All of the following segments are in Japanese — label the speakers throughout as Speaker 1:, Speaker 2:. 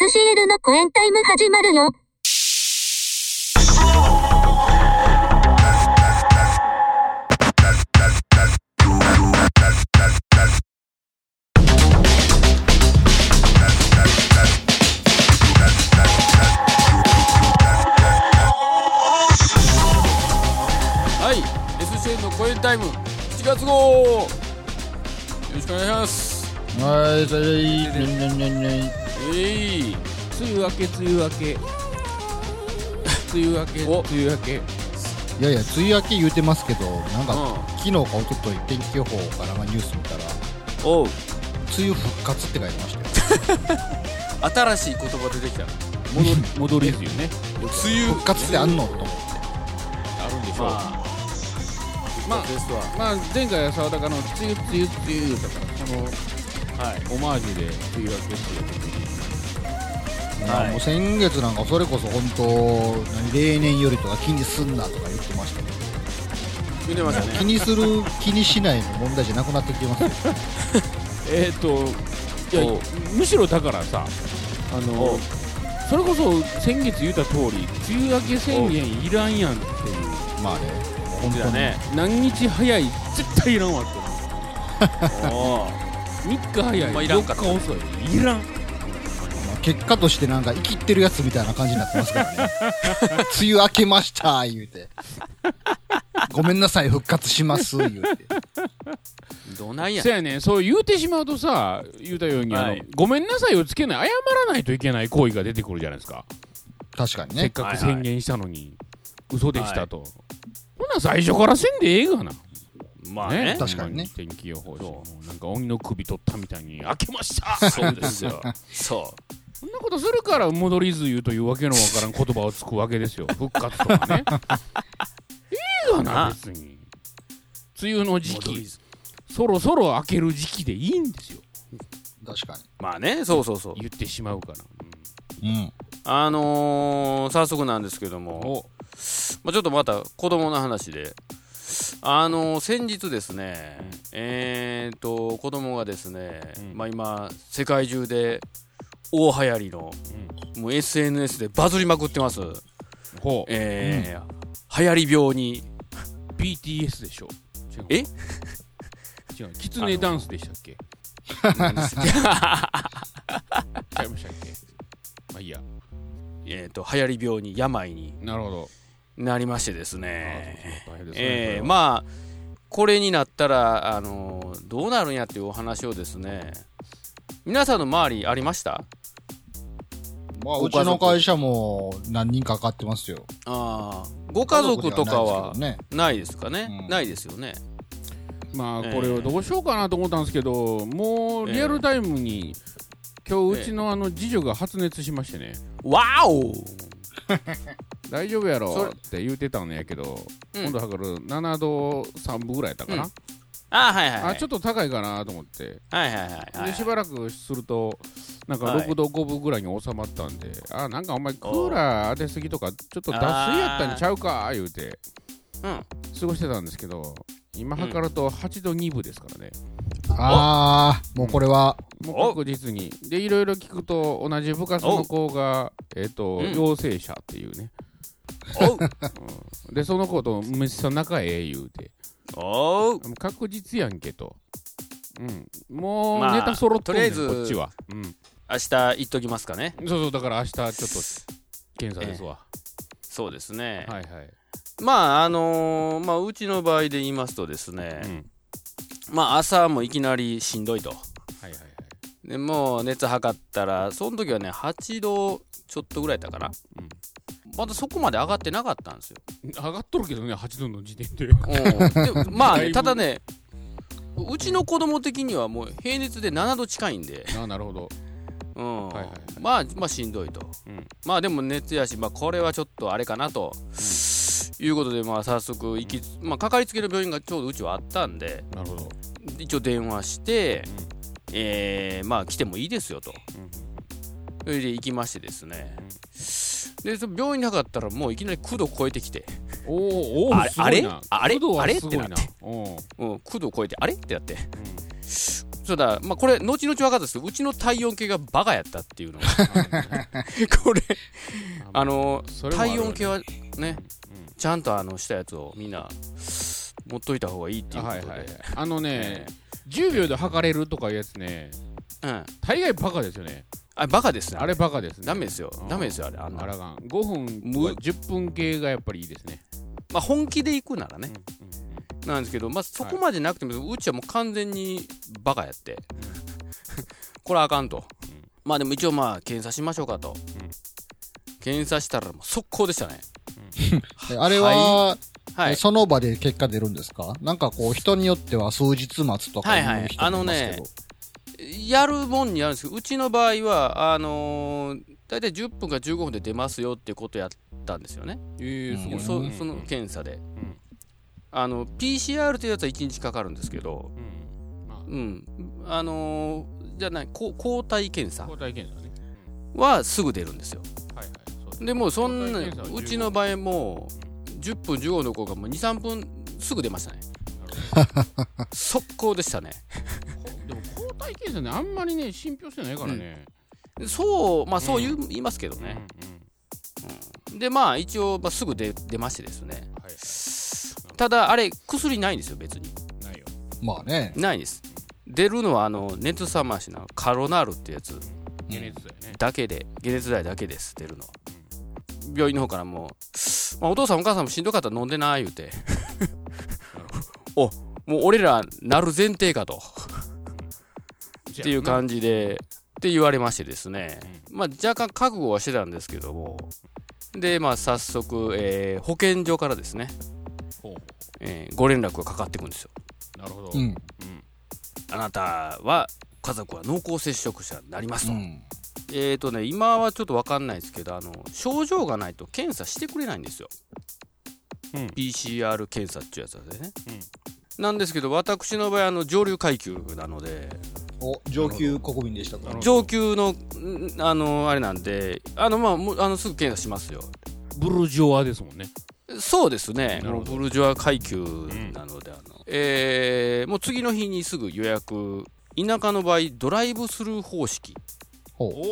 Speaker 1: SCL のコエンタイム始まるよ。
Speaker 2: はい、SCN の公演タイム7月号よろしくお願いします
Speaker 3: はい、それでいい。にゃんにゃんにゃんにゃん
Speaker 2: えい、
Speaker 4: 梅雨明け梅雨明け梅雨明け
Speaker 2: お
Speaker 4: 梅雨明け
Speaker 3: いやいや、梅雨明け言うてますけど、なんか、
Speaker 2: う
Speaker 3: 昨日か一昨日天気予報かなんかニュース見たら、
Speaker 2: ん、おう
Speaker 3: 梅雨復活って書いてましたよ。
Speaker 2: 新しい言葉出てきた
Speaker 4: 戻り戻り梅雨ね
Speaker 2: 梅雨
Speaker 3: 復活ってあんのと思って。
Speaker 2: あるんでしょう、ま
Speaker 4: まあ
Speaker 2: まあ
Speaker 4: ベストは
Speaker 2: あ、前回は沢田があの梅雨梅雨梅雨だからこ
Speaker 4: はい
Speaker 2: のオマージュで梅雨明けって
Speaker 4: はい
Speaker 3: もう先月なんかそれこそ本当、何例年よりとか気にすんなとか言ってましたけど、
Speaker 2: 言ってました
Speaker 3: 気
Speaker 2: ね
Speaker 3: にする、気にしないの問題じゃなくなってきてますよ。
Speaker 4: えー、っとい
Speaker 2: おう
Speaker 4: やむしろだからさあ
Speaker 2: お
Speaker 4: の
Speaker 2: う
Speaker 4: それこそ先月言った通り梅雨明け宣言いらんやんっていう
Speaker 3: まあね、本当
Speaker 2: だ
Speaker 3: に。
Speaker 2: ね
Speaker 4: 何日早い絶対いらんわって思
Speaker 2: お
Speaker 4: う3日早い、
Speaker 2: まあいらん
Speaker 4: 4
Speaker 2: かった
Speaker 4: 日遅いいらん
Speaker 3: まあ結果としてなんか生きってるやつみたいな感じになってますからね梅雨明けました言うてごめんなさい復活します言うて
Speaker 2: うどないや
Speaker 4: そやねんそう言うてしまうとさ言うたように、あの
Speaker 2: はい
Speaker 4: ごめんなさいをつけない謝らないといけない行為が出てくるじゃないですか
Speaker 3: 確かに
Speaker 4: せっ
Speaker 3: ね
Speaker 4: か
Speaker 2: はい
Speaker 4: く
Speaker 2: はい
Speaker 4: 宣言したのに、嘘でしたと、ほな最初からせんでええがな、
Speaker 2: ま
Speaker 3: 確かにね
Speaker 4: ほんま天気予報士もなんか鬼の首取ったみたいに開けました
Speaker 2: そうです よそ
Speaker 4: そんなことするから戻り梅雨というわけのわからん言葉をつくわけ ですよ復活とかねええが
Speaker 2: な
Speaker 4: な別に梅雨の
Speaker 2: う
Speaker 4: 時期そろそろ開ける時期でいいんですよ
Speaker 3: 確か
Speaker 2: まあねそうそうそう
Speaker 4: 言ってしまうから、うん
Speaker 3: にうん
Speaker 2: あのー、早速なんですけども
Speaker 4: お
Speaker 2: まあ、ちょっとまた子供の話で、あの先日ですね、えー、と子供がですね、
Speaker 4: うん
Speaker 2: まあ、今、世界中で大流行りの、もう SNS でバズりまくってます、
Speaker 4: ほう
Speaker 2: えー流行り病 に、
Speaker 4: BTS でしょ違う
Speaker 2: え
Speaker 4: 違うキツネダンスでしたっけ違いましたっけまあいいや
Speaker 2: えー、と流行り病に、病に
Speaker 4: なるほど、
Speaker 2: なりましてです
Speaker 4: あ
Speaker 2: ね、
Speaker 4: ーそうそう大変ですね
Speaker 2: え
Speaker 4: それ
Speaker 2: ー
Speaker 4: は
Speaker 2: まあ、これになったら、あのどうなるんやっていうお話をですね、皆さんの周りありました
Speaker 3: まあ
Speaker 2: ご
Speaker 3: う
Speaker 2: 家族
Speaker 3: ちの会社も何人かかかってますよ
Speaker 2: あーご家族とかは
Speaker 3: 家族でないですけどね
Speaker 2: ないですかね、
Speaker 3: うん
Speaker 2: ないですよね
Speaker 4: まあ
Speaker 2: えー
Speaker 4: これをどうしようかなと思ったんですけど、もうリアルタイムに、今日うちのあの次女が発熱しましてね、
Speaker 2: わお
Speaker 4: 大丈夫や
Speaker 2: そ
Speaker 4: ろ
Speaker 2: れ
Speaker 4: って言うてたんやけど、
Speaker 2: うん
Speaker 4: 今度測る7度3分ぐらいやったかな、
Speaker 2: うんあはいはいはい
Speaker 4: あちょっと高いかなと思って、
Speaker 2: はいはいはいはい
Speaker 4: でしばらくするとなんか
Speaker 2: はい
Speaker 4: 6度5分ぐらいに収まったんで、あなんかお前クーラー当てすぎとかちょっと脱水やったんちゃうか言うて
Speaker 2: うん
Speaker 4: 過ごしてたんですけど今測ると8度2分ですからね、
Speaker 3: ああもうこれは
Speaker 4: もう確実にでいろいろ聞くと同じ部活の子が、えっと
Speaker 2: うん
Speaker 4: 陽性者っていうね
Speaker 2: おう
Speaker 4: でその子とめっちゃ仲ええ言うて
Speaker 2: おう
Speaker 4: もう確実やんけと、うん、もう
Speaker 2: まあ
Speaker 4: ネタ揃っとんねん、
Speaker 2: とりあえず
Speaker 4: こっちは、うん、
Speaker 2: 明日行っときますかね
Speaker 4: そうそうだから明日ちょっと検査ですわ、
Speaker 2: そうですね、
Speaker 4: はいはい
Speaker 2: まああのーまあうちの場合で言いますとです
Speaker 4: う
Speaker 2: ね、
Speaker 4: ん
Speaker 2: まあ朝もいきなりしんどいと
Speaker 4: はいはいはい
Speaker 2: でもう熱測ったらその時はね8度ちょっとぐらいだったから、
Speaker 4: うん
Speaker 2: まだそこまで上がってなかったんですよ
Speaker 4: 上がっとるけどね8度の時点で
Speaker 2: うんでまあ
Speaker 4: だい
Speaker 2: ね
Speaker 4: ぶ
Speaker 2: ただねうちの子供的にはもう平熱で7度近いんで、
Speaker 4: あなるほど
Speaker 2: うん
Speaker 4: はいはいはい
Speaker 2: まあまあしんどいと、
Speaker 4: うん
Speaker 2: まあでも熱やし、まあ、これはちょっとあれかなと、いうことでまあ早速行き、まあ、かかりつけの病院がちょうどうちはあったんで
Speaker 4: なるほど、
Speaker 2: 一応電話して、
Speaker 4: うん
Speaker 2: えーまあ来てもいいですよと
Speaker 4: うん
Speaker 2: それで行きましてですね、でその病院なかったらもういきなり9度超えてきて、
Speaker 4: おおお
Speaker 2: あ
Speaker 4: お
Speaker 2: れ
Speaker 4: すごいな
Speaker 2: あれ
Speaker 4: 工藤は
Speaker 2: あれ
Speaker 4: すごいな
Speaker 2: ってな
Speaker 4: おう
Speaker 2: うん、9度超えてあれってなってそうだ、まあ、これ、後々分かったんですけど、うちの体温計がバカやったっていうの が、 これ、あの、
Speaker 4: それもある
Speaker 2: 体
Speaker 4: よね
Speaker 2: 温計はね、ちゃんとあのしたやつをみんな持っといた方がいいっていうこ
Speaker 4: は
Speaker 2: と
Speaker 4: い
Speaker 2: で、
Speaker 4: はいはいあのね
Speaker 2: え、
Speaker 4: 10秒で測れるとかいうやつね
Speaker 2: えうん、
Speaker 4: 大概バカですよね
Speaker 2: あバカですね、
Speaker 4: あれバカですね
Speaker 2: ダメですよ
Speaker 4: うん、
Speaker 2: ダメですよ、あれ、あの
Speaker 4: あらがん5分
Speaker 2: む
Speaker 4: 10分系がやっぱりいいですね
Speaker 2: まあ、本気で行くならね、
Speaker 4: うん
Speaker 2: なんですけど、まあ、そこまでなくても、うちはもう完全にバカやって、 これあかんと、
Speaker 4: ん
Speaker 2: まあでも一応、まあ、検査しましょうかと、
Speaker 4: ん
Speaker 2: 検査したら、もう速攻でしたね。
Speaker 3: えあれは、
Speaker 2: はい
Speaker 3: えその場で結果出るんですかなんかこう、人によっては数日待つとか
Speaker 2: はい
Speaker 3: いう
Speaker 2: はい
Speaker 3: 人もいますけ
Speaker 2: あのね
Speaker 3: ど。
Speaker 2: やるもんにやるんですけどうちの場合はあのー大体10分か15分で出ますよってことやったんですよね、
Speaker 4: ええすごい
Speaker 2: そ
Speaker 4: うん
Speaker 2: その検査で、
Speaker 4: ん
Speaker 2: あの PCR というやつは1日かかるんですけど、
Speaker 4: うんま
Speaker 2: うんあのーじゃないこ抗体検
Speaker 4: あ
Speaker 2: 査
Speaker 4: 抗体検査ね
Speaker 2: はすぐ出るんですよ
Speaker 4: はいはいそうです
Speaker 2: でもうそんな
Speaker 4: 抗体検査は
Speaker 2: うちの場合もう10分15分どころかもう23分すぐ出ましたね
Speaker 4: なる
Speaker 2: 速攻でしたね
Speaker 4: でも抗体検査ねあんまりね信憑性ないからね
Speaker 2: そうまあそう言,、う言いますけど
Speaker 4: うんうん
Speaker 2: ね、でまあ一応、まあ、すぐ出出ましてですね
Speaker 4: はい
Speaker 2: ただあれ薬ないんですよ別に
Speaker 4: ないよ
Speaker 3: まあね。
Speaker 2: ないです出るのはあの熱冷ましのカロナールってやつ
Speaker 4: 解熱だよね
Speaker 2: だけで解熱剤だけです出るのは病院の方からもう、まあ、お父さんお母さんもしんどかったら飲んでな言うておもう俺らなる前提かと
Speaker 4: っ
Speaker 2: っていう感じでって言われましてですねまあ若干覚悟はしてたんですけどもでまあ早速、えー保健所からですね、えーご連絡がかかってくるんですよ
Speaker 4: なるほど
Speaker 3: うん。
Speaker 2: あなたは家族は濃厚接触者になります
Speaker 3: う
Speaker 2: と、
Speaker 3: ん。
Speaker 2: えーとね今はちょっと分かんないですけどあの症状がないと検査してくれないんですよ、
Speaker 4: うん
Speaker 2: PCR 検査っていうやつなんでね、なんですけど私の場合あの上流階級なので
Speaker 3: お、上級国民でしたか
Speaker 4: なるほど
Speaker 2: 上級のんあのあれなんであのまあもうあのすぐ検査しますよ
Speaker 4: ブルジョワですもんね
Speaker 2: そうですね
Speaker 4: なるほど
Speaker 2: ブルジョア階級なので、あのえーもう次の日にすぐ予約田舎の場合ドライブスルー方式
Speaker 3: ほ。
Speaker 4: お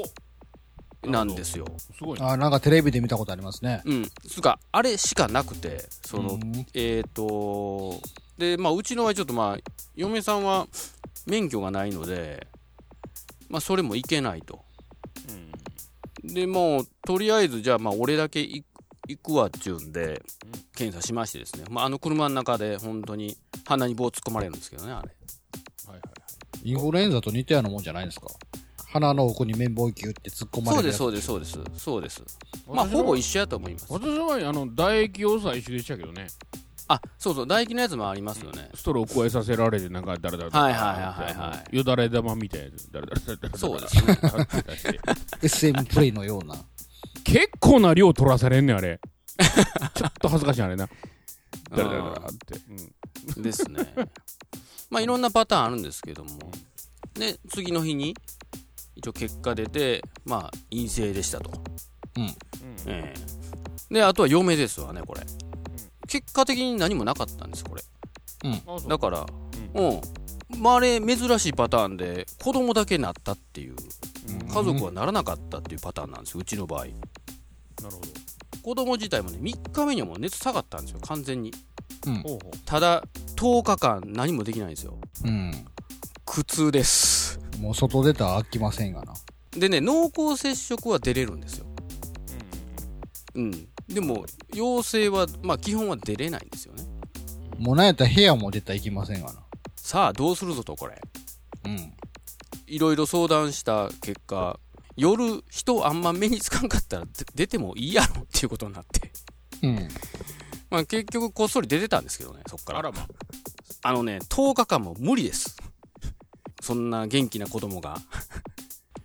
Speaker 2: なんですよ
Speaker 4: すごいうね
Speaker 3: あ、なんかテレビで見たことありますね。
Speaker 2: うん、つうかあれしかなくてその、
Speaker 3: うん
Speaker 2: えっ、とでまあうちの場合ちょっとまあ嫁さんは免許がないのでまあそれもいけないとでもうとりあえずじゃあまあ俺だけ行く行くわっちゅうんで検査しましてですね、まあ、あの車の中で本当に鼻に棒突っ込まれるんですけどねあれ
Speaker 4: はいはい
Speaker 3: インフルエンザと似たようなもんじゃないんですか鼻の奥に綿棒ギュって突っ込ま
Speaker 2: そう
Speaker 3: れる
Speaker 2: で
Speaker 3: や
Speaker 2: す
Speaker 3: つ
Speaker 2: そうですそうですそうですまあ
Speaker 4: 私は
Speaker 2: ほぼ一緒やと思います
Speaker 4: 私の場合あの唾液を採取でしたけどね
Speaker 2: あそうそう唾液のやつもありますよね、
Speaker 4: ストローを加えさせられてなんかダラダラダラ
Speaker 2: はいはいはいはいはい
Speaker 4: あのよだれ玉みたいなやつダラダラダラダラ
Speaker 2: そうですね
Speaker 4: 立ってたし
Speaker 3: SM プレイのような。
Speaker 4: 結構な量取らされんねんあ れちょっと恥ずかしいあれなダラダラダラって
Speaker 2: ですね。まあいろんなパターンあるんですけども。で、次の日に、一応結果出て、まあ陰性でしたと。
Speaker 3: うん。
Speaker 2: ええで、あとは嫁ですわね、これ。結果的に何もなかったんです、これ。だから、うん。まああれ、珍しいパターンで、子供だけなったっていう、家族はならなかったっていうパターンなんですよ、うちの場合。
Speaker 4: なるほ
Speaker 2: 子供自体もね、3日目にはもう熱下がったんですよ、完全に。
Speaker 4: どほうほ
Speaker 2: ただ、10日間何もできないんですよ。
Speaker 3: うん。
Speaker 2: 苦痛です。
Speaker 3: もう外出たら飽きませんがな。
Speaker 2: でね濃厚接触は出れるんですよ、うん、でも陽性は、まあ、基本は出れないんですよね
Speaker 3: もうなんやったら部屋も出たら行きませんがな。
Speaker 2: さあどうするぞとこれ
Speaker 3: うん。
Speaker 2: いろいろ相談した結果夜人あんま目につかんかったらで出てもいいやろっていうことになって、
Speaker 3: うん。
Speaker 2: まあ、結局こっそり出てたんですけどねそっか
Speaker 4: うあ
Speaker 2: ら
Speaker 4: らま
Speaker 2: あのね10日間も無理ですそんな元気な子供が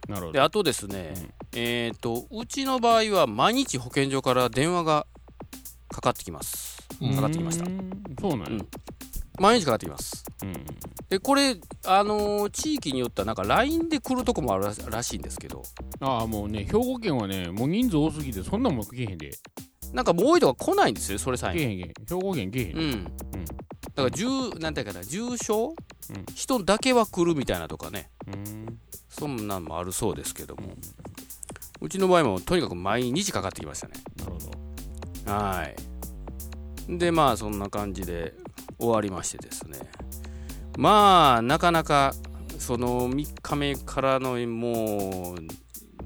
Speaker 4: なるほ
Speaker 2: で
Speaker 4: ど
Speaker 2: あとですね、えっ、とうちの場合は毎日保健所から電話がかかってきますかかってきました
Speaker 4: うんそうなんや
Speaker 2: うん毎日かかってきます
Speaker 4: うん
Speaker 2: でこれあのー地域によってはなんか LINE で来るとこもあるらしらしいんですけど
Speaker 4: ああもうね兵庫県はねもう人数多すぎてそんなんもん来えへんで
Speaker 2: なんかもう多いとか来ないんですよそれさ
Speaker 4: 来え
Speaker 2: え
Speaker 4: へん来えへん兵庫県来えへん
Speaker 2: うんだから重なんていうかな重症
Speaker 4: うん
Speaker 2: 人だけは来るみたいなとかね
Speaker 4: うん
Speaker 2: そんなんもあるそうですけどもうちの場合もとにかく毎日かかってきましたね
Speaker 4: なるほど
Speaker 2: はいでまあそんな感じで終わりましてですねまあなかなかその3日目からのもう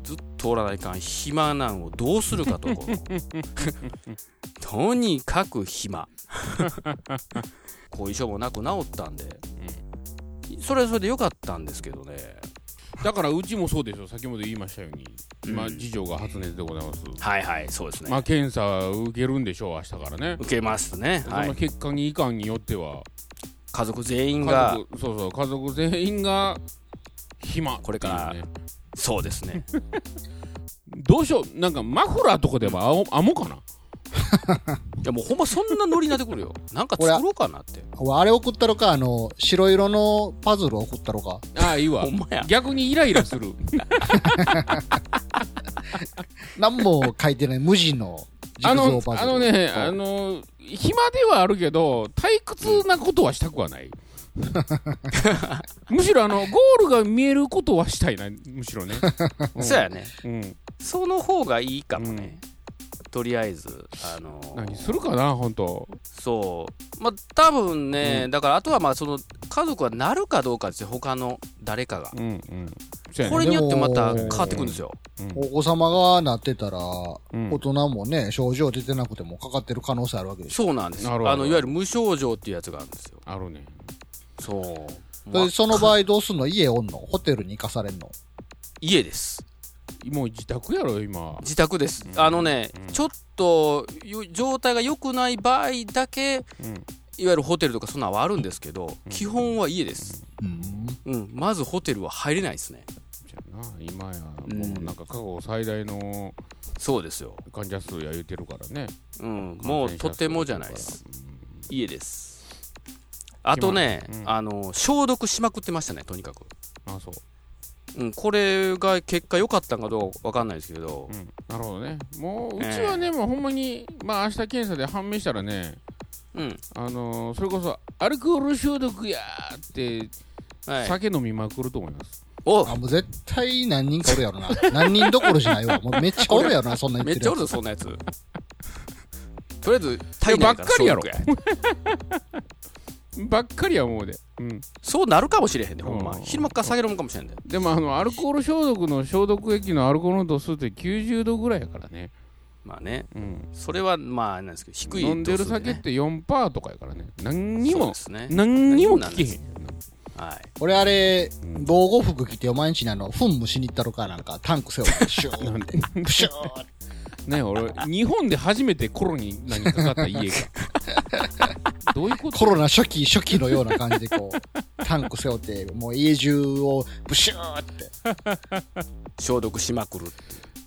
Speaker 2: ずっとおらないかん暇なんをどうするか ととにかく暇後遺症もなく治ったんで、それはそれでよかったんですけどね
Speaker 4: だからうちもそうですよ先ほど言いましたように
Speaker 2: う
Speaker 4: 今
Speaker 2: ん
Speaker 4: 次女が発熱でございます、
Speaker 2: はいはいそうですね、
Speaker 4: まあ検査受けるんでしょう明日からね、
Speaker 2: 受けますね、は
Speaker 4: その
Speaker 2: い、
Speaker 4: 結果にいかんによっては
Speaker 2: 家族全員が
Speaker 4: 家族そうそう家族全員が暇
Speaker 2: これから
Speaker 4: っていうね
Speaker 2: そうですね
Speaker 4: どうしようなんかマフラーとかでもあおあもかない
Speaker 2: やもうほんまそんなノリになってくる よ。なんか作ろうかなって。
Speaker 3: 俺あれ送ったろか、あの、白色のパズル送ったろか。
Speaker 4: ああいいわ
Speaker 2: ほんまや。
Speaker 4: 逆にイライラす る
Speaker 3: 何も書いてない無地のジ
Speaker 4: あ
Speaker 3: グゾ
Speaker 4: の
Speaker 3: ーパズル。
Speaker 4: あのね
Speaker 3: そう
Speaker 4: あの暇ではあるけど退屈なことはしたくはない むしろあのゴールが見えることはしたいなむしろ ね、ん
Speaker 2: そうやね。
Speaker 4: うん、
Speaker 2: その方がいいかもね。とりあえず、あのー
Speaker 4: 何するかな本当
Speaker 2: そう。まあ、多分ね、
Speaker 4: うん
Speaker 2: だからあとはまあ、その、家族はなるかどうかですよ、他の誰かが。
Speaker 4: うんうんそうや
Speaker 2: こ
Speaker 4: ね
Speaker 2: れによってまた
Speaker 3: で
Speaker 2: 変
Speaker 3: も
Speaker 2: わってくるんですよ。
Speaker 3: お子様がなってたら、
Speaker 4: うん
Speaker 3: 大人もね、症状出てなくてもかかってる可能性あるわけでしょ。
Speaker 2: そうなんです。
Speaker 4: なるほど
Speaker 2: あの、いわゆる無症状っていうやつがあるんですよ。
Speaker 4: あるね
Speaker 2: そう。
Speaker 3: そ
Speaker 2: まあ
Speaker 3: れその場合どうすんの家おんのホテルに行かされんの
Speaker 2: 家です。
Speaker 4: もう自宅やろ今
Speaker 2: 自宅です。
Speaker 4: うん
Speaker 2: あのね、
Speaker 4: うん
Speaker 2: ちょっとよ状態が良くない場合だけ、
Speaker 4: うん
Speaker 2: いわゆるホテルとかそんなんはあるんですけど、
Speaker 4: うん
Speaker 2: 基本は家です。
Speaker 3: うん。
Speaker 2: うん、まずホテルは入れないですね。
Speaker 4: じゃな今や
Speaker 2: うん
Speaker 4: もうなんか過去最大の
Speaker 2: そうですよ。
Speaker 4: 患者数や言ってるからね
Speaker 2: うん、もうとてもじゃないです。家です。あとね、
Speaker 4: うん
Speaker 2: あの消毒しまくってましたね、とにかく。
Speaker 4: あそう
Speaker 2: うん、これが結果良かったんかどうかわかんないですけど、
Speaker 4: うん、なるほどねもううちはね、もうほんまにまあ明日検査で判明したらね
Speaker 2: うん、
Speaker 4: あのーそれこそアルコール消毒やーって、
Speaker 2: はい。
Speaker 4: 酒飲みまくると思います
Speaker 2: お
Speaker 3: あ、もう絶対何人かおる やろな。何人どころじゃないわ。もうめっちゃおるやろな、そんなん
Speaker 2: め
Speaker 3: 言
Speaker 2: っ
Speaker 3: って
Speaker 2: ちゃ
Speaker 3: る
Speaker 2: お
Speaker 3: や
Speaker 2: る
Speaker 3: つ。
Speaker 2: ぞ、そんなやつ。とりあえず、体内から消毒や
Speaker 4: ばばっかりや思うで、うん、
Speaker 2: そうなるかもしれへんね、ほんま。
Speaker 4: うん
Speaker 2: 昼間から下げるもんかもしれんね。
Speaker 4: でもあのアルコール消毒の消毒液のアルコールの度数って90度ぐらいやからね、
Speaker 2: まあね、
Speaker 4: うん、
Speaker 2: それはまあ、なんですけど、低い
Speaker 4: 飲んでる
Speaker 2: 度数
Speaker 4: 酒
Speaker 2: ね
Speaker 4: って4%とかやからね何に
Speaker 2: そう
Speaker 4: も
Speaker 2: ですね。
Speaker 4: 何にも聞けへん
Speaker 2: はい。
Speaker 3: 俺あれ
Speaker 4: ん、
Speaker 3: 防護服着てお前んちにあの、噴霧しに行ったろか、なんか、タンク背負って、シュー って、プシューって。
Speaker 4: ね俺日本で初めてコロに何かかった家がどういうこと
Speaker 3: コロナ初期、初期のような感じで こう、タンク背負って、もう家中をブシューって。
Speaker 2: 消毒しまくる。
Speaker 4: ね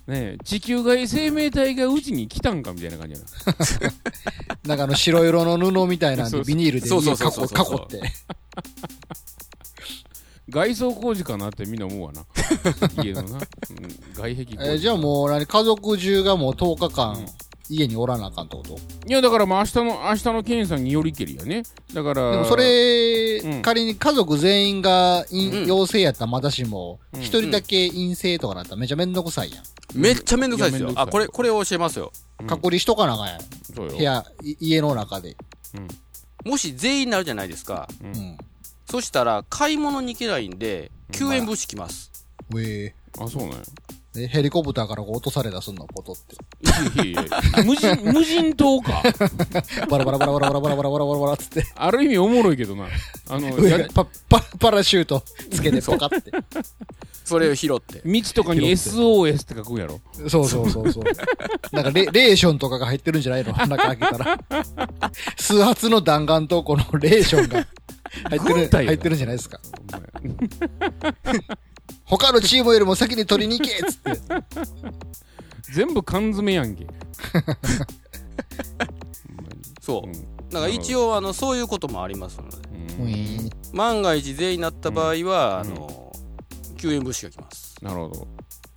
Speaker 4: え地球外生命体がうちに来たんかみたいな感じやな
Speaker 3: なんかあの白色の布みたいなん
Speaker 4: そう
Speaker 3: で
Speaker 4: そう
Speaker 3: ビニールで
Speaker 2: そう
Speaker 3: 家囲
Speaker 2: そうそうそうそう
Speaker 3: 囲って。
Speaker 4: 外装工事かなってみんな思うわな家のな、うん外壁工事
Speaker 3: えーじゃあもう何、家族中がもう10日
Speaker 4: うん
Speaker 3: 間家におらなあかんってこと、
Speaker 4: いやだからまあ明日の明日の検査によりけりやねだから
Speaker 3: でもそれ、
Speaker 4: うん
Speaker 3: 仮に家族全員が陰、
Speaker 2: うん
Speaker 3: 陽性やったらまだしも、
Speaker 4: うん
Speaker 3: 一人だけ陰性とかなったらめちゃめんどくさいやん。
Speaker 2: めっちゃめんどくさいです
Speaker 4: い
Speaker 2: よ
Speaker 4: やめんど。くさい
Speaker 2: あ、これ、これを教えますよ。
Speaker 4: うん
Speaker 3: 隔離しとかなあかんやん。
Speaker 4: そうよ
Speaker 3: 部屋、い家の中で。
Speaker 4: うん
Speaker 2: もし全員になるじゃないですか。
Speaker 4: う
Speaker 3: うんん。
Speaker 2: そしたら、買い物に行けないんで、救援物資来ます。
Speaker 3: うえ
Speaker 4: あそうなんや
Speaker 3: ーえヘリコプターからこう落とされたすんのことって。
Speaker 4: いやいや無人無人島か
Speaker 3: バラバラバラバラバラバラバラバラバラバラっつって。
Speaker 4: ある意味おもろいけどなあの
Speaker 3: 上
Speaker 4: や
Speaker 3: がパパパラシュートつけてポカって。
Speaker 2: それを拾って。
Speaker 4: 道とかに SOS って書くんやろ
Speaker 3: そうそうそうそう。なんかレ、レーションとかが入ってるんじゃないの中開けたら。数発の弾丸とこのレーションが入って
Speaker 4: 軍
Speaker 3: る、
Speaker 4: 隊や
Speaker 3: 入ってるんじゃないですか。
Speaker 4: お前
Speaker 3: 他のチームよりも先に取りに行けっつって。
Speaker 4: 全部缶詰やんけ
Speaker 2: そ
Speaker 4: ほんまに
Speaker 2: う。だから一応、あの、そういうこともありますので。
Speaker 4: うん
Speaker 3: ウィーン
Speaker 2: 万が一全員になった場合は、あ
Speaker 4: うん
Speaker 2: の、救援物資が来ます。
Speaker 4: なるほど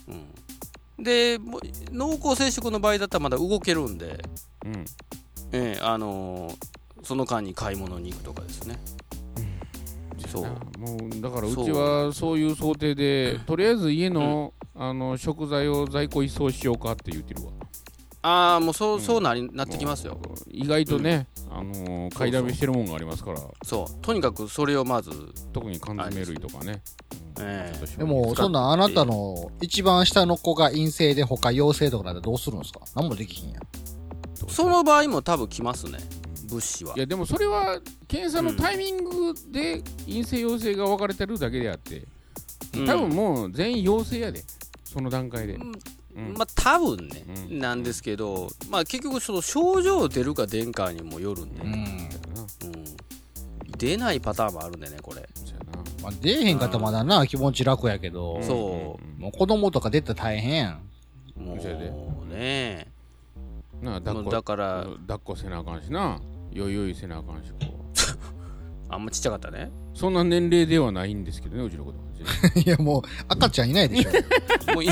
Speaker 2: うん。で、もう濃厚接触の場合だったらまだ動けるんで、
Speaker 4: うん
Speaker 2: ええ、あのー、その間に買い物に行くとかですね。そう
Speaker 4: もうだからうちはそういう想定でとりあえず家の,、あの食材を在庫一掃しようかって言ってるわ
Speaker 2: ああもうそう,、
Speaker 4: うん
Speaker 2: そうなりなってきますよ
Speaker 4: もう意外とね、あのー買いだめしてるもんがありますから
Speaker 2: そうとにかくそれをまず、
Speaker 4: 特に缶詰類とかね
Speaker 2: ええ
Speaker 3: でも、そんなんあなたの一番下の子が陰性で他陽性とかだったらどうするんですか何もできひんやん。
Speaker 2: その場合も多分来ますね物資はい
Speaker 4: やでもそれは検査のタイミングで陰性陽性が分かれてるだけであって、
Speaker 2: うん
Speaker 4: 多分もう全員陽性やでその段階で、うん
Speaker 2: まあ多分ね、
Speaker 4: うん
Speaker 2: なんですけど、まあ、結局その症状出るか出んかにもよるんで、うん
Speaker 3: ん。
Speaker 2: 出ないパターンもあるんでねこれ、
Speaker 4: そうやな
Speaker 3: まあ、出えへんかったらまだな、気持ち楽やけど。
Speaker 2: そう
Speaker 3: もう子供とか出たら大変やん。
Speaker 2: も
Speaker 4: そうやで
Speaker 2: うね
Speaker 4: うんなあ
Speaker 2: もう
Speaker 4: 抱っこ
Speaker 2: だから
Speaker 4: 抱っこせなあかんしなよいよいせなあかんしこう
Speaker 2: あんまちっちゃかった ね
Speaker 4: そんな年齢ではないんですけどねうちの子供たち
Speaker 3: いや、もう赤ちゃんいないでしょ。
Speaker 2: もうい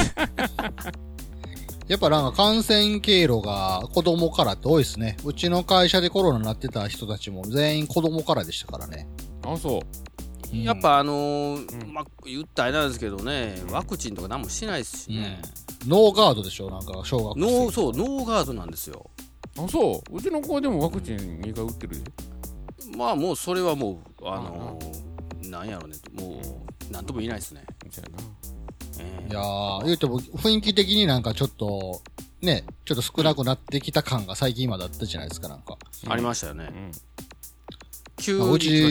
Speaker 3: やっぱなんか感染経路が子供からって多いですね。うちの会社でコロナになってた人たちも全員子供からでしたからね。
Speaker 4: あそう
Speaker 3: うん
Speaker 2: やっぱあのー
Speaker 4: うん
Speaker 2: まあ言ったらあれなんですけどねワクチンとか何もしてないですしね、
Speaker 3: ノーガードでしょなんか小学生。
Speaker 2: ノーそうノーガードなんですよ
Speaker 4: あそううちの子はでもワクチン2回打ってるで
Speaker 2: まあもうそれはもうあのーなんやろねもう何とも言えないですね、
Speaker 4: そうやな
Speaker 2: ええ
Speaker 3: いやー、言うても雰囲気的になんかちょっと、ね、ちょっと少なくなってきた感が最近今だったじゃないですか、なんか。
Speaker 2: ありましたよね、
Speaker 4: うん
Speaker 2: 急に
Speaker 3: まあう
Speaker 2: 来ました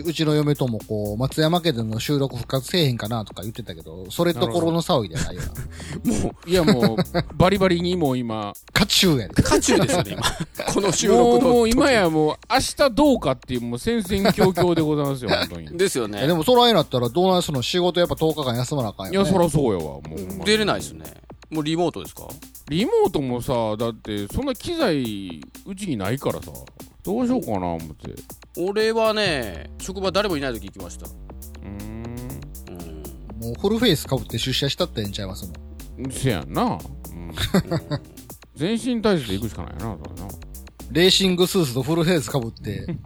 Speaker 2: ね
Speaker 3: ち、うちの嫁ともこう、松山家での収録復活せえへんかなとか言ってたけど、それところの騒ぎではないよな。
Speaker 4: もういやもうバリバリにもう今
Speaker 3: カチューやで。
Speaker 2: 渦中ですよね、今。この 収
Speaker 4: も
Speaker 2: 録
Speaker 4: う
Speaker 2: の。
Speaker 4: もう今。やもう明日どうかっていうもう戦々恐々でございますよ本 当に
Speaker 2: ですよ
Speaker 3: いや
Speaker 2: ね
Speaker 3: で。もそらになったらどうなんすの仕事やっぱ10日間休まなあかんよ、
Speaker 4: い
Speaker 3: ね。
Speaker 4: やそらそうやわもうほんまに
Speaker 2: 出れないですね。もうリモートですか
Speaker 4: リモートもさだってそんな機材うちにないからさどうしようかな思ってう
Speaker 2: 俺はね、職場誰もいない時行きました。
Speaker 4: ーん
Speaker 2: うん。
Speaker 3: もうフルフェイス被って出社したってんちゃいますもん。
Speaker 4: せやんな、うん、全身体制で行くしかないなだからな
Speaker 3: レーシングスーツとフルフェイス被って、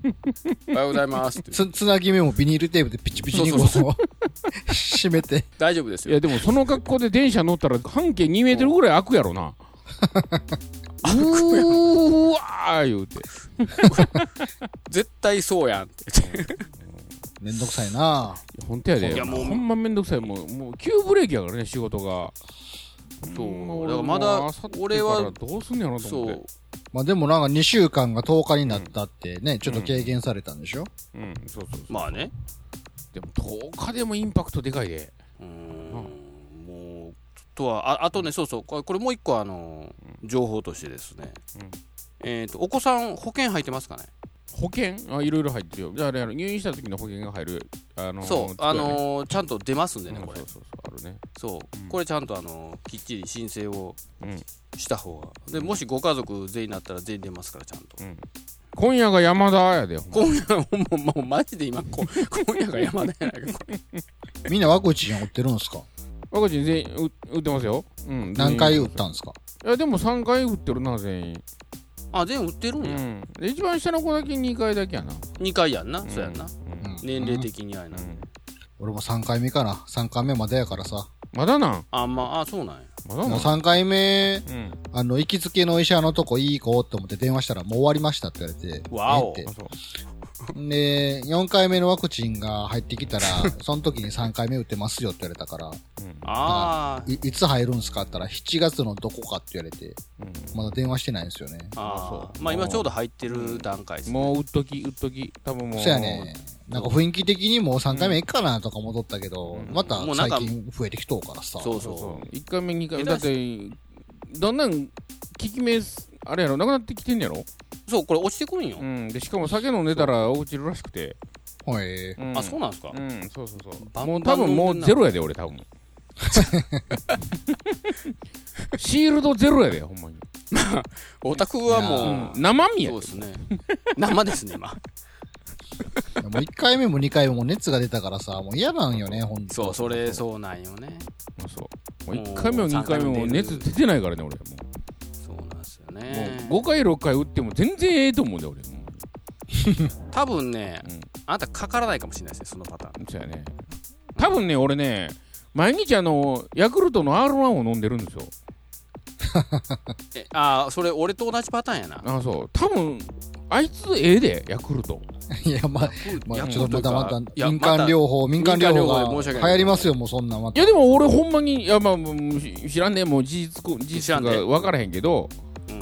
Speaker 2: おはようございます って。
Speaker 3: つ、つなぎ目もビニールテープでピチピチにこう、
Speaker 2: そうそ
Speaker 3: 締めて。
Speaker 2: 大丈夫です
Speaker 4: い
Speaker 2: よ
Speaker 4: や。でもその格好で電車乗ったら半径2メートルぐらい開くやろなうーわー言うて
Speaker 2: 絶対そうやんって。
Speaker 3: めんどくさいな
Speaker 4: 本当やで
Speaker 2: いやもう
Speaker 4: ほんまめんどくさいもうもう急ブレーキやからね仕事が
Speaker 2: そう
Speaker 4: ほん
Speaker 2: だからまだ
Speaker 4: もう明後日
Speaker 2: 俺は
Speaker 4: からどうすんのやろと
Speaker 2: そ
Speaker 4: 思っ
Speaker 2: う
Speaker 4: て。
Speaker 3: まあでもなんか2週間が10日になったってね、ちょっと軽減されたんでしょ、
Speaker 4: うんそうそうそう
Speaker 2: まあね。
Speaker 4: でも10日でもインパクトでかいで
Speaker 2: うん。もう、とは、ああとね、そうそう、これこれもう一個、あの、情報としてですね
Speaker 4: うん。
Speaker 2: えっと、お子さん、保険入ってますかね
Speaker 4: 保険あいろいろ入ってるよじゃああれやろ入院した時の保険が入るあのー
Speaker 2: そう、
Speaker 4: つくや
Speaker 2: あ
Speaker 4: ね
Speaker 2: のー、ちゃんと出ますんで
Speaker 4: うん
Speaker 2: ね、これ
Speaker 4: そう。そうそうあるね
Speaker 2: そう
Speaker 4: う。ん
Speaker 2: これちゃんと、あの、きっちり申請を
Speaker 4: うん
Speaker 2: した方がでもしご家族全員だったら全員出ますからちゃんと
Speaker 4: 今夜が山田やでほんま
Speaker 2: 今夜もうもうマジで今こ今夜が山田やないかこれ
Speaker 3: みんなワクチン打ってるんですか
Speaker 4: ワクチン全員う打ってますよ、うん、
Speaker 3: 何回打
Speaker 4: っ
Speaker 3: ったんですか
Speaker 4: いやでも3回打ってるな全員
Speaker 2: あ全員売ってるん
Speaker 4: う
Speaker 2: や、
Speaker 4: んで一番下の子だけ2回だけやな
Speaker 2: 2回やんな、そうやんな
Speaker 4: うん
Speaker 3: うん
Speaker 2: 年齢的にあれな、
Speaker 4: うん
Speaker 3: 俺も3回目かな。3回目までやからさ。
Speaker 4: まだなん
Speaker 2: あんまああそうなんや
Speaker 4: まだ
Speaker 3: もう
Speaker 4: なん
Speaker 3: 3回目、
Speaker 4: うん
Speaker 3: あの、行きつけの医者のとこいい子って思って電話したらもう終わりましたって言われて。
Speaker 2: わお
Speaker 3: ええっ
Speaker 4: あそう
Speaker 3: てで、4回目のワクチンが入ってきたら、その時に3回目打ってますよって言われたから、
Speaker 4: うん
Speaker 2: あー
Speaker 3: いいつ入るんすかって言ったら、7月のどこかって言われて、
Speaker 4: うん
Speaker 3: まだ電話してないんですよね。
Speaker 2: あー
Speaker 4: そう
Speaker 2: まあ今ちょうど入ってる段階です、ね
Speaker 4: もう打っとき打っとき多分もう
Speaker 3: そやね。なんか雰囲気的にもう3回目いいかなとか戻ったけど、
Speaker 4: うん
Speaker 3: また
Speaker 2: もうなん
Speaker 3: 最
Speaker 2: か
Speaker 3: 近増えてきとうからさ。
Speaker 2: そう
Speaker 4: そう
Speaker 2: そ
Speaker 4: そう1回目2回目だ
Speaker 2: 下
Speaker 4: っ
Speaker 2: 手
Speaker 4: てだんだん効き目すあれやろなくなってきてんやろ
Speaker 2: うそうこれ落ちてくるんよ、
Speaker 4: うんでしかも酒飲んでたら落ちるらしくて
Speaker 3: はい。
Speaker 2: あそうなんすか、
Speaker 4: うんそうそうそ
Speaker 2: バ
Speaker 4: う
Speaker 2: ン
Speaker 4: もう多分もうゼロやで俺 多分シールドゼロやでほんまに
Speaker 2: オタクはいもう、
Speaker 4: 生身や
Speaker 2: そうですね 生ですね今
Speaker 3: もう1回目も2回目も熱が出たからさ、もう嫌なんよね、ほんと。
Speaker 2: そうそれそうなんよね
Speaker 4: まあそうもう1回目も2回目も
Speaker 2: もう
Speaker 4: 熱出てないからね俺も
Speaker 2: そうなんですよ
Speaker 4: う,、
Speaker 2: ね
Speaker 4: もう5回6回打っても全然ええと思うで俺も
Speaker 2: 多分ね、
Speaker 4: うん
Speaker 2: あなたかからないかもしれないですね、そのパターン。
Speaker 4: そうやね多分ね俺ね毎日あのヤクルトの R1 を飲んでるんですよ
Speaker 2: えああ、それ俺と同じパターンやな。
Speaker 4: あそう多分あいつええでヤクルト
Speaker 3: いや、まあ、まあ、ちょっとまたまた
Speaker 2: い、や
Speaker 3: 民間療法、民間療
Speaker 2: 民間療
Speaker 3: 法
Speaker 2: 法で申
Speaker 3: が
Speaker 2: し
Speaker 3: 流
Speaker 2: 訳ない
Speaker 3: 行りますよ、もうそんなま
Speaker 4: い
Speaker 3: た。
Speaker 4: やでも俺ほんまにいやまあもうし知らんねもう事実こ事
Speaker 2: 知
Speaker 4: 実
Speaker 2: らんね
Speaker 4: が分からへんけど、
Speaker 2: うん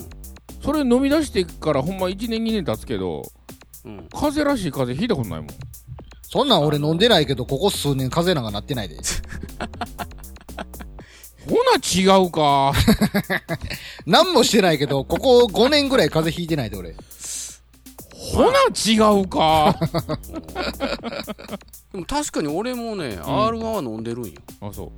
Speaker 4: それ飲み出してからほんま1年2年経つけど
Speaker 2: うん、
Speaker 4: 風邪らしい風邪ひいたことないもん
Speaker 3: そんなん俺飲んでないけど、ここ数年風邪なんかなっ てないで。
Speaker 4: ほな違うか
Speaker 3: 何もしてないけど、ここ5年ぐらい風邪ひいてないで、俺。
Speaker 4: ほな違うか
Speaker 2: でも確かに俺もね、R1 は飲んでるんよ。
Speaker 4: あそう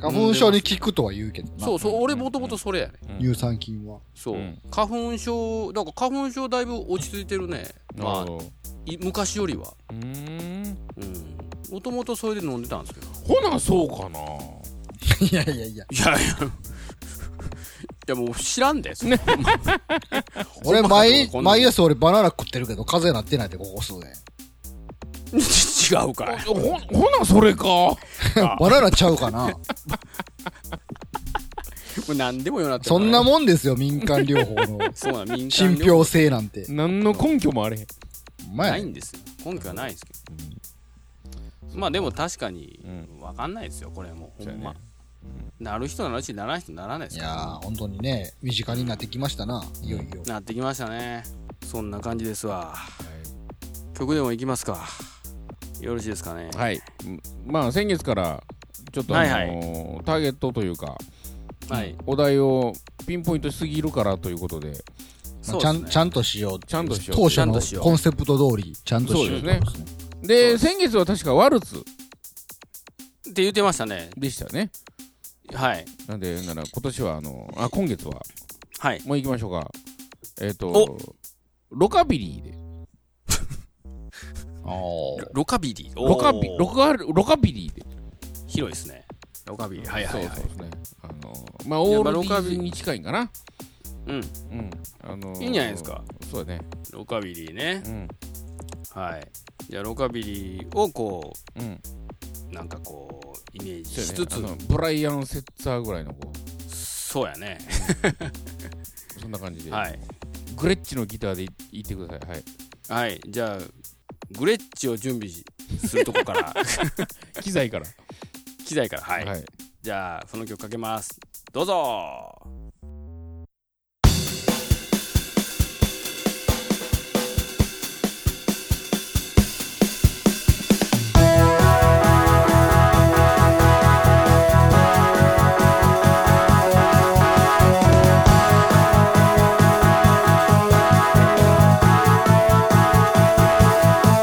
Speaker 3: 花粉症に効くとは言うけどな。
Speaker 2: そうそう、俺もともとそれやね。
Speaker 3: 乳酸菌 は。
Speaker 2: そう、
Speaker 4: うん
Speaker 2: 花粉症、だから花粉症だいぶ落ち着いてるね。まあ、
Speaker 4: あ
Speaker 2: い昔よりは。
Speaker 4: うーん
Speaker 2: うん。もともとそれで飲んでたんですけど。
Speaker 4: ほなそうかない
Speaker 3: やいやいや。
Speaker 2: いやいや。いやもう知らんで、そ んな
Speaker 3: 俺、毎、
Speaker 2: こんな
Speaker 3: 毎朝俺バナナ食ってるけど、風邪なってないで、ここ数年。
Speaker 2: 違うかい。
Speaker 4: ほほなそれか
Speaker 3: バナナちゃうかな。
Speaker 2: もう何でもようなってるか
Speaker 3: そ
Speaker 2: ら
Speaker 3: んなもんですよ、民間療法 の
Speaker 2: そうなん民間
Speaker 3: 信
Speaker 2: 療法
Speaker 3: 憑性なんて。
Speaker 4: 何の根拠もあれへん
Speaker 3: お
Speaker 2: ない
Speaker 3: 前、
Speaker 2: んですよ。根拠はないんですけど。まあでも確かに
Speaker 4: うん
Speaker 2: 分かんないですよ、これはもう。ほんま
Speaker 4: そう。
Speaker 2: なる人なるし、ならない人ならないで
Speaker 3: い
Speaker 2: す
Speaker 3: や
Speaker 2: から
Speaker 3: ー、本当にね、身近になってきましたな、いよいよ。
Speaker 2: なってきましたねそんな感じですわ曲でもいきますかよろしいですかね
Speaker 4: はい、うんまあ先月からちょっとあのー
Speaker 2: はい
Speaker 4: ターゲットというか
Speaker 2: はい
Speaker 4: お題をピンポイントしすぎるからということで
Speaker 3: まあ
Speaker 2: そう
Speaker 3: ちゃ
Speaker 2: です
Speaker 3: ん
Speaker 2: ね
Speaker 3: ちゃんとしよう。
Speaker 4: ちゃんとしよう
Speaker 3: 当初
Speaker 2: ちゃん
Speaker 3: の
Speaker 2: としよう
Speaker 3: コンセプト通り、ちゃんとしよう。
Speaker 4: そうですねで先月は確かワルツ
Speaker 2: って言ってましたね
Speaker 4: でしたね
Speaker 2: はい
Speaker 4: なんでなら今年はあのあ今月は
Speaker 2: はい
Speaker 4: もう行きましょうかえっ、と
Speaker 2: お
Speaker 4: ロカビリーで
Speaker 3: あー
Speaker 2: ロカビリー
Speaker 4: ロカビ
Speaker 2: おー
Speaker 4: ロカロカビリーで
Speaker 2: 広いですねロカビリーはいはいはい
Speaker 4: そうそうですねあのーまあ
Speaker 2: いや
Speaker 4: オ
Speaker 2: まあ
Speaker 4: ール
Speaker 2: ロ
Speaker 4: ディ
Speaker 2: カ
Speaker 4: ー
Speaker 2: ビ
Speaker 4: ズに近いんかな
Speaker 2: うん
Speaker 4: うんあのー
Speaker 2: いいんじゃないですか
Speaker 4: そうだね
Speaker 2: ロカビリーね
Speaker 4: うん
Speaker 2: はいじゃあロカビリーをこ
Speaker 4: うん
Speaker 2: うなんかこうイメージし
Speaker 4: そう
Speaker 2: つ
Speaker 4: やね
Speaker 2: つ
Speaker 4: あのブライアン・セッツァーぐらいのこう
Speaker 2: そうやね
Speaker 4: そんな感じで、
Speaker 2: はい
Speaker 4: グレッチのギターでいいってくださいはい
Speaker 2: はいじゃあグレッチを準備しするとこから
Speaker 4: 機材から
Speaker 2: 機材からはい
Speaker 4: はい
Speaker 2: じゃあその曲かけますどうぞ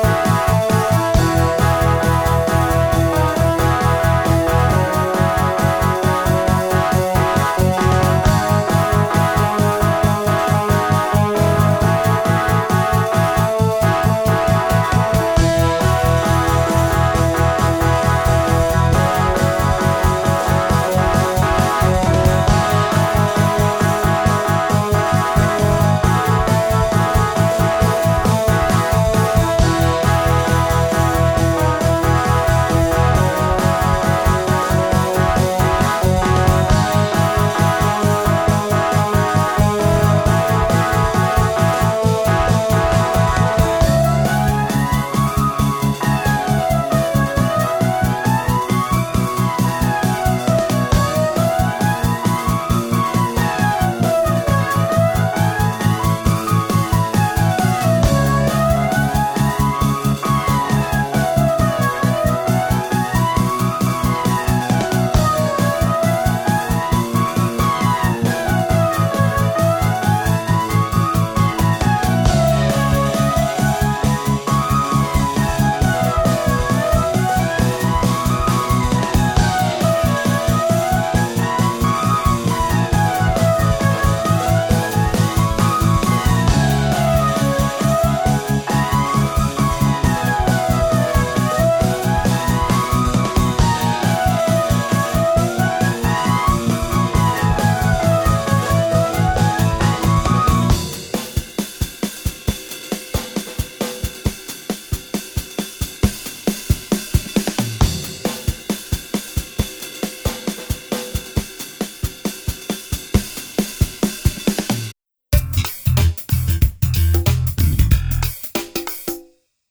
Speaker 5: 「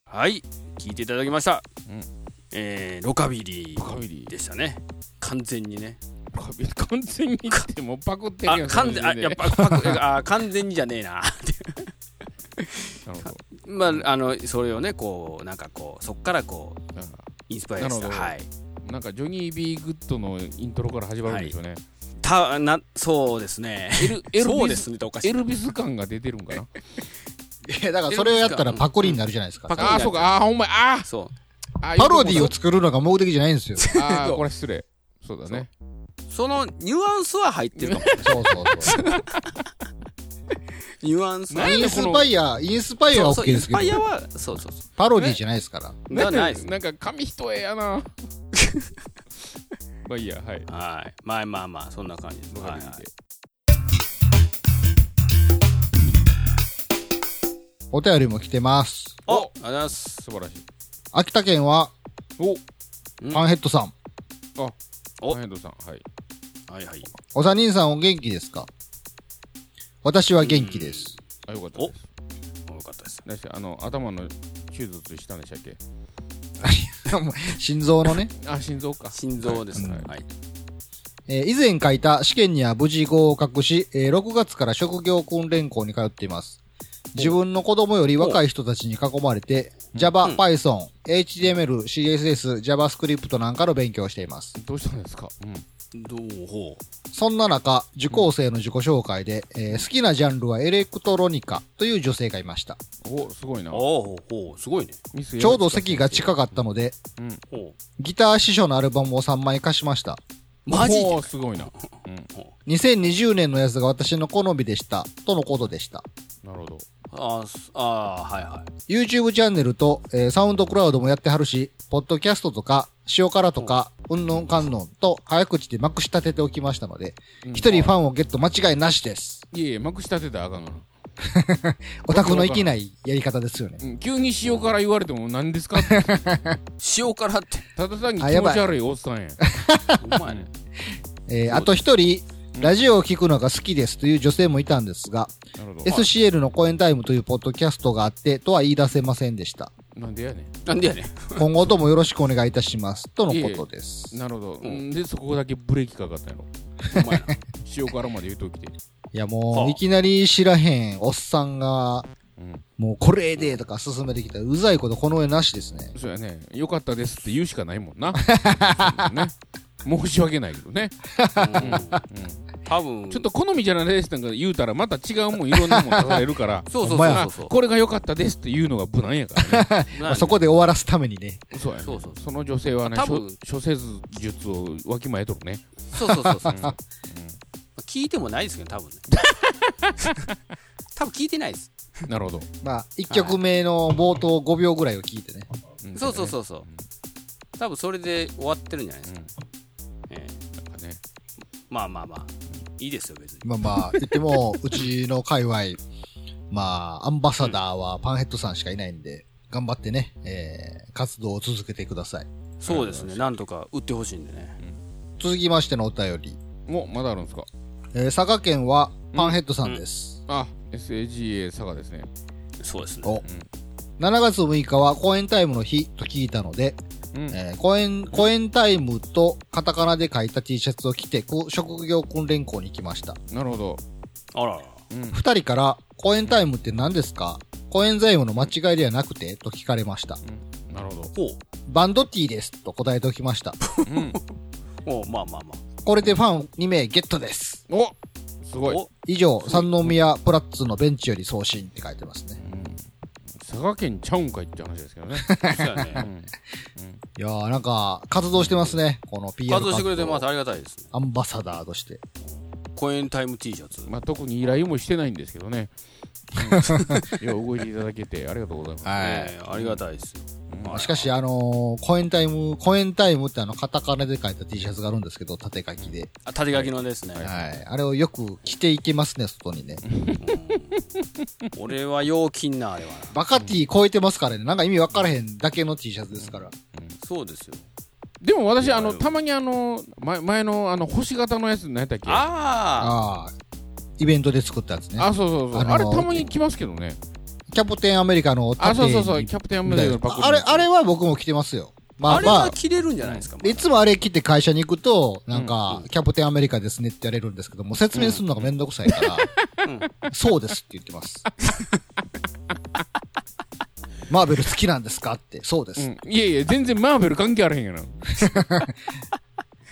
Speaker 2: はい聞いていただきました、
Speaker 4: うん
Speaker 2: えーロカビリ
Speaker 4: カビリ
Speaker 2: ーでしたね完全にね
Speaker 4: カビリ完全にってもうパクって
Speaker 2: あ
Speaker 4: るやん
Speaker 2: 完全あやっぱパクあ完全にじゃねえな
Speaker 4: なるほど
Speaker 2: まああのそれをねこうなんかこうそっからこうインスパイアした
Speaker 4: なるほど
Speaker 2: はい
Speaker 4: なんかジョニー・ビー・グッドのイントロから始まるんでしょうね、
Speaker 2: たなそうですね
Speaker 4: エルエル
Speaker 2: そう
Speaker 4: ビ
Speaker 2: で
Speaker 4: ス
Speaker 2: すねっておかし
Speaker 4: エ
Speaker 2: い
Speaker 4: ルビス感が出てるんかな
Speaker 3: えだからそれをやったらパコリになるじゃないですか。
Speaker 2: パ
Speaker 3: パ
Speaker 2: コ
Speaker 4: ああそうかああほんまやあー
Speaker 2: そう
Speaker 4: あー
Speaker 3: ロディを作るのが目的じゃないんですよ。
Speaker 4: ああこれ失礼そうだね
Speaker 2: そのニュアンスは入ってる かも
Speaker 3: そうそう そう。
Speaker 2: ニュアンスは
Speaker 4: なん
Speaker 3: イ
Speaker 4: で
Speaker 3: ン
Speaker 4: こ
Speaker 3: ス
Speaker 4: の
Speaker 3: パイア、インスパイアは
Speaker 2: そ
Speaker 3: OK
Speaker 2: うそうイ
Speaker 3: で
Speaker 2: ン
Speaker 3: す
Speaker 2: ス
Speaker 3: け
Speaker 2: パイア
Speaker 3: ど、
Speaker 2: はそうそうそ
Speaker 3: パロディじゃないですから。
Speaker 2: うじゃないです
Speaker 4: なんか紙一重やなまあいいやはい
Speaker 2: はいまあまあまあそんな感じです
Speaker 4: わか
Speaker 2: は
Speaker 4: る
Speaker 2: い
Speaker 4: ん
Speaker 2: はい
Speaker 4: で
Speaker 3: お便りも来てます。
Speaker 2: おありがとうございます
Speaker 4: 素晴らしい
Speaker 3: 秋田県は
Speaker 4: お
Speaker 3: パンヘッドさん。
Speaker 2: お
Speaker 4: ハンヘンドさんはい
Speaker 2: はいはい
Speaker 3: お三人さんお元気ですか私は元気です。
Speaker 4: あよかったです
Speaker 2: よかったです
Speaker 4: だしあの頭の手術したんでしたっけ
Speaker 3: 心臓のね、
Speaker 4: あ心臓か
Speaker 2: 心臓ですねはい
Speaker 3: えー以前書いた試験には無事合格し、えー6月から職業訓練校に通っています。自分の子供より若い人たちに囲まれて、Java、
Speaker 2: うん
Speaker 3: Python、HTML、CSS、JavaScript なんかの勉強をしています。
Speaker 4: どうしたんですかうん
Speaker 2: どうほう
Speaker 3: そんな中、受講生の自己紹介で、えー好きなジャンルはエレクトロニカという女性がいました。
Speaker 4: おすごいな
Speaker 2: おうほうすごいね
Speaker 4: ミス
Speaker 3: ちょうど席が近かったので、
Speaker 4: うん
Speaker 2: ほう
Speaker 3: ギター師匠のアルバムを3枚貸しました。
Speaker 2: マジで
Speaker 4: おーすごいな
Speaker 3: 2020年のやつが私の好みでした、とのことでした。
Speaker 4: なるほど
Speaker 2: あーすあーはいはい
Speaker 3: YouTube チャンネルと、えーサウンドクラウドもやってはるし、ポッドキャストとか、塩辛とか、うんのんかんのんと、早口でまくし立てておきましたので、
Speaker 4: うん
Speaker 3: 一人ファンをゲット間違いなしです。
Speaker 4: いやいやまくし立てたらあかんから
Speaker 3: オタクのいけないやり方ですよね。
Speaker 4: うん急に塩辛言われても何 ですかって
Speaker 2: 塩辛って
Speaker 4: ただ単に
Speaker 3: あ
Speaker 4: 気
Speaker 3: や
Speaker 4: 持
Speaker 3: ばい
Speaker 4: ち悪いおっさんやん
Speaker 2: お前ね
Speaker 3: えーあと一人、ラジオを聞くのが好きですという女性もいたんですが、
Speaker 4: なるほど
Speaker 3: SCL の公演タイムというポッドキャストがあって、とは言い出せませんでした。
Speaker 4: なんでやね
Speaker 2: なんでやねん
Speaker 3: 今後ともよろしくお願いいたします。とのことです。
Speaker 4: ん
Speaker 3: い
Speaker 4: なるほど
Speaker 2: うん
Speaker 4: うんでそこだけブレーキかかったんやろ
Speaker 2: お前な
Speaker 4: 塩辛まで言うときて
Speaker 3: や
Speaker 2: は
Speaker 3: も
Speaker 2: あ
Speaker 3: う、いきなり知らへんおっさんが、
Speaker 4: うん
Speaker 3: もうこれでとか進めてきたら、うざいことこの上なしですね。
Speaker 4: そうやねよかったですって言うしかないも んなそうね申し訳ないけどね
Speaker 2: うん多分
Speaker 4: ちょっと好みじゃないですなんか言うたらまた違うもんいろんなもん出されるから
Speaker 2: そうそう
Speaker 3: ほん
Speaker 2: そう
Speaker 3: ま
Speaker 2: そ
Speaker 4: あ
Speaker 2: うそう
Speaker 4: これが良かったですっていうのが無難やからね
Speaker 2: な
Speaker 3: まあそこで終わらすためにね。
Speaker 4: そうや ね
Speaker 2: そうそう
Speaker 4: その女性はね
Speaker 2: 多分
Speaker 4: 諸諸説術をわきまえとるね
Speaker 2: そうそう そうそう聞いてもないですけど多 分ね多分聞いてないです
Speaker 4: なるほど
Speaker 3: まあ、1曲目の冒頭5秒ぐらいを聞いてね。
Speaker 4: ん
Speaker 2: そうそうそうそう多分それで終わってるんじゃないですか、ええ
Speaker 4: なんかね
Speaker 2: まあまあまあいいですよ別に
Speaker 3: まあまあ、言っても、うちの界隈、 まあ、アンバサダーはパンヘッドさんしかいないんで、頑張ってね、えー、活動を続けてください。
Speaker 2: そうですねなんとか売ってほしいんでね
Speaker 3: 続きましてのお便り。
Speaker 4: もうまだあるんですか
Speaker 3: えー、佐賀県はパンヘッドさんです。
Speaker 4: あ SAGA 佐賀ですね
Speaker 2: そうですね
Speaker 3: お7月6日は公演タイムの日と聞いたので、
Speaker 4: うん
Speaker 3: えー公演、公演タイムとカタカナで書いた T シャツを着て、こう職業訓練校に来ました。
Speaker 4: なるほど
Speaker 2: あらら
Speaker 4: うん
Speaker 3: 二人から、公演タイムって何ですか公演財務の間違いではなくてと聞かれました。
Speaker 4: うんなるほど
Speaker 2: ほう
Speaker 3: バンドティーですと答えておきました。
Speaker 4: うん
Speaker 2: おうまあまあま
Speaker 3: これでファン2名ゲットです。
Speaker 4: おす
Speaker 2: あ
Speaker 4: ごい
Speaker 2: お
Speaker 3: 以上、三宮プラッツのベンチより送信って書いてますね。
Speaker 4: うん佐賀県ちゃうんかいって話ですけどね
Speaker 2: そう や
Speaker 4: う
Speaker 2: ね
Speaker 4: ん
Speaker 3: いやーなんか、活動してますね。この PR
Speaker 2: 活動してくれてます
Speaker 3: 活
Speaker 2: ありがたいですね
Speaker 3: 動アンバサダーとして。
Speaker 2: コエンタイム T シャツ
Speaker 4: まあ特に依頼もしてないんですけどね うんよう動いていただけてありがとうございます
Speaker 2: ええありがたいですよ
Speaker 3: まあしかし、あのー、コエンタイム、コエンタイムってあの、カタカナで書いた T シャツがあるんですけど、縦書きで。
Speaker 2: あ縦書きのですね、
Speaker 3: はい。あれをよく着ていけますね、外にね。
Speaker 2: 俺は陽気んなあれはな
Speaker 3: バカ T 超えてますからね。なんか意味わからへんだけの T シャツですから。
Speaker 2: そうですよ
Speaker 4: でも私あ
Speaker 2: い
Speaker 4: の
Speaker 2: や
Speaker 4: たまにあの前前のあの星型のやつ何やったっけあ
Speaker 2: ああ
Speaker 3: ああ、イベントで作ったやつね。
Speaker 4: そうそうそうあ,、
Speaker 3: あのー
Speaker 4: れたまに来ますけどね
Speaker 3: キャプテンアメリカの
Speaker 4: あ、
Speaker 3: 縦
Speaker 4: そう
Speaker 3: に
Speaker 4: そうそう、キャプテンアメリカのパクリ。
Speaker 3: あれ、あれは僕も着てますよ。ま
Speaker 2: あ
Speaker 3: あ
Speaker 2: れ
Speaker 3: ま
Speaker 2: は
Speaker 3: あ、
Speaker 2: 切れるんじゃないですか、
Speaker 3: いつもあれ着て会社に行くと、なんか、キャプテンアメリカですねって言われるんですけども、説明するのがめんどくさいから、そうですって言って ます。マーベル好きなんですかって、そうです。
Speaker 4: うんいやいや、全然マーベル関係あらへんやな。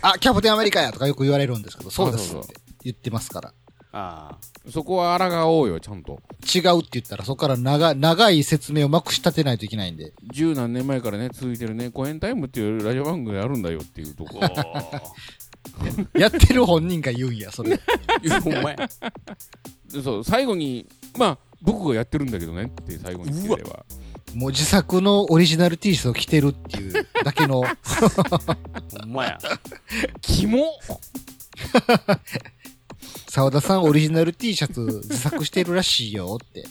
Speaker 3: あ、キャプテンアメリカやとかよく言われるんですけど、そうです
Speaker 4: そ
Speaker 3: っ
Speaker 4: うそう
Speaker 3: て言ってますから。
Speaker 2: ああ
Speaker 4: そこは抗おうよ、ちゃんと。
Speaker 3: 違うって言ったら、そこから長長い説明をまくし立てないといけないんで。
Speaker 4: 十何年前からね、続いてるね、コエンタイムっていうラジオ番組があるんだよっていうと こ。
Speaker 3: やってる本人が言うんや、それ。
Speaker 2: いやほんまや
Speaker 4: でそう、最後に、まあ、僕がやってるんだけどねって最後につければ。
Speaker 3: もう自作のオリジナル T シャツを着てるっていうだけの、
Speaker 2: ほんまや
Speaker 4: キモ
Speaker 3: 沢田さんオリジナル T シャツ自作してるらしいよって。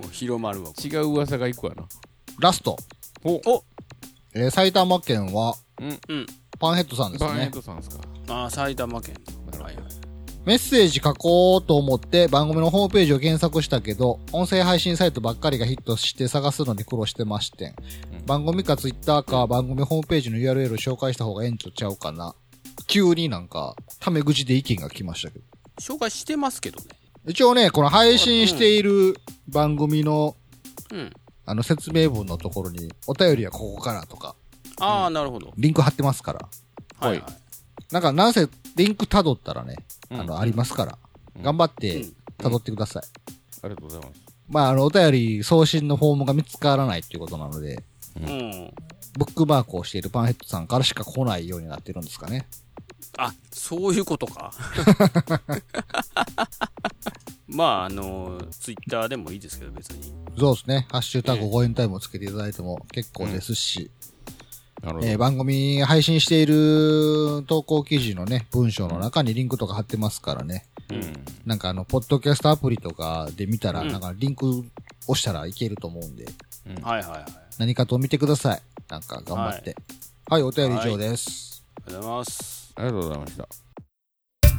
Speaker 2: もう広まるわ
Speaker 4: 違う噂がいくわな。
Speaker 3: ラスト。
Speaker 4: お、
Speaker 2: お
Speaker 3: えー埼玉県は、
Speaker 4: うん
Speaker 2: うん
Speaker 3: パンヘッドさんです
Speaker 4: バーンヘ
Speaker 3: ね
Speaker 4: ッ。ドさんですか。
Speaker 2: ああ埼玉県
Speaker 4: なるほど
Speaker 2: はいはい
Speaker 3: メッセージ書こうと思って番組のホームページを検索したけど、音声配信サイトばっかりがヒットして探すのに苦労してましてん。
Speaker 4: うん
Speaker 3: 番組かツイッターか番組ホームページの URL を紹介した方がええんとちゃうかな。急になんか、タメ口で意見が来ましたけど。
Speaker 2: 紹介してますけどね
Speaker 3: 一応ね、この配信している番組の
Speaker 2: うん
Speaker 3: あの説明文のところに、お便りはここからとか、
Speaker 2: ああ、なるほど
Speaker 3: リンク貼ってますから。
Speaker 2: はいはい、
Speaker 3: なんか、なんせ、リンク辿ったらね、
Speaker 4: うん
Speaker 3: あの、ありますから、
Speaker 4: うん
Speaker 3: 頑張っ
Speaker 2: う
Speaker 3: て
Speaker 2: ん
Speaker 3: 辿ってください。
Speaker 4: ありがとうございます。
Speaker 3: まあ、あの、お便り送信のフォームが見つからないっていうことなので、
Speaker 2: うん、
Speaker 3: ブックマークをしているパンヘッドさんからしか来ないようになってるんですかね。
Speaker 2: あそういうこと かまああのツイッターでもいいですけど別に
Speaker 3: そうですね。ハッシュタ
Speaker 2: え
Speaker 3: グ
Speaker 2: え
Speaker 3: ご縁タイムをつけていただいても結構ですし、
Speaker 4: なるほ
Speaker 3: えー
Speaker 4: ど。
Speaker 3: 番組配信している投稿記事のね、文章の中にリンクとか貼ってますからね。
Speaker 4: うん
Speaker 3: なんかあの、ポッドキャストアプリとかで見たら、
Speaker 2: うん
Speaker 3: なんかリンク押したらいけると思うんで、
Speaker 2: はいはいはいありが
Speaker 3: 何かと見てください。なんか頑張って。はい、お便り以上です。
Speaker 2: とうございます
Speaker 4: ありがとうございました。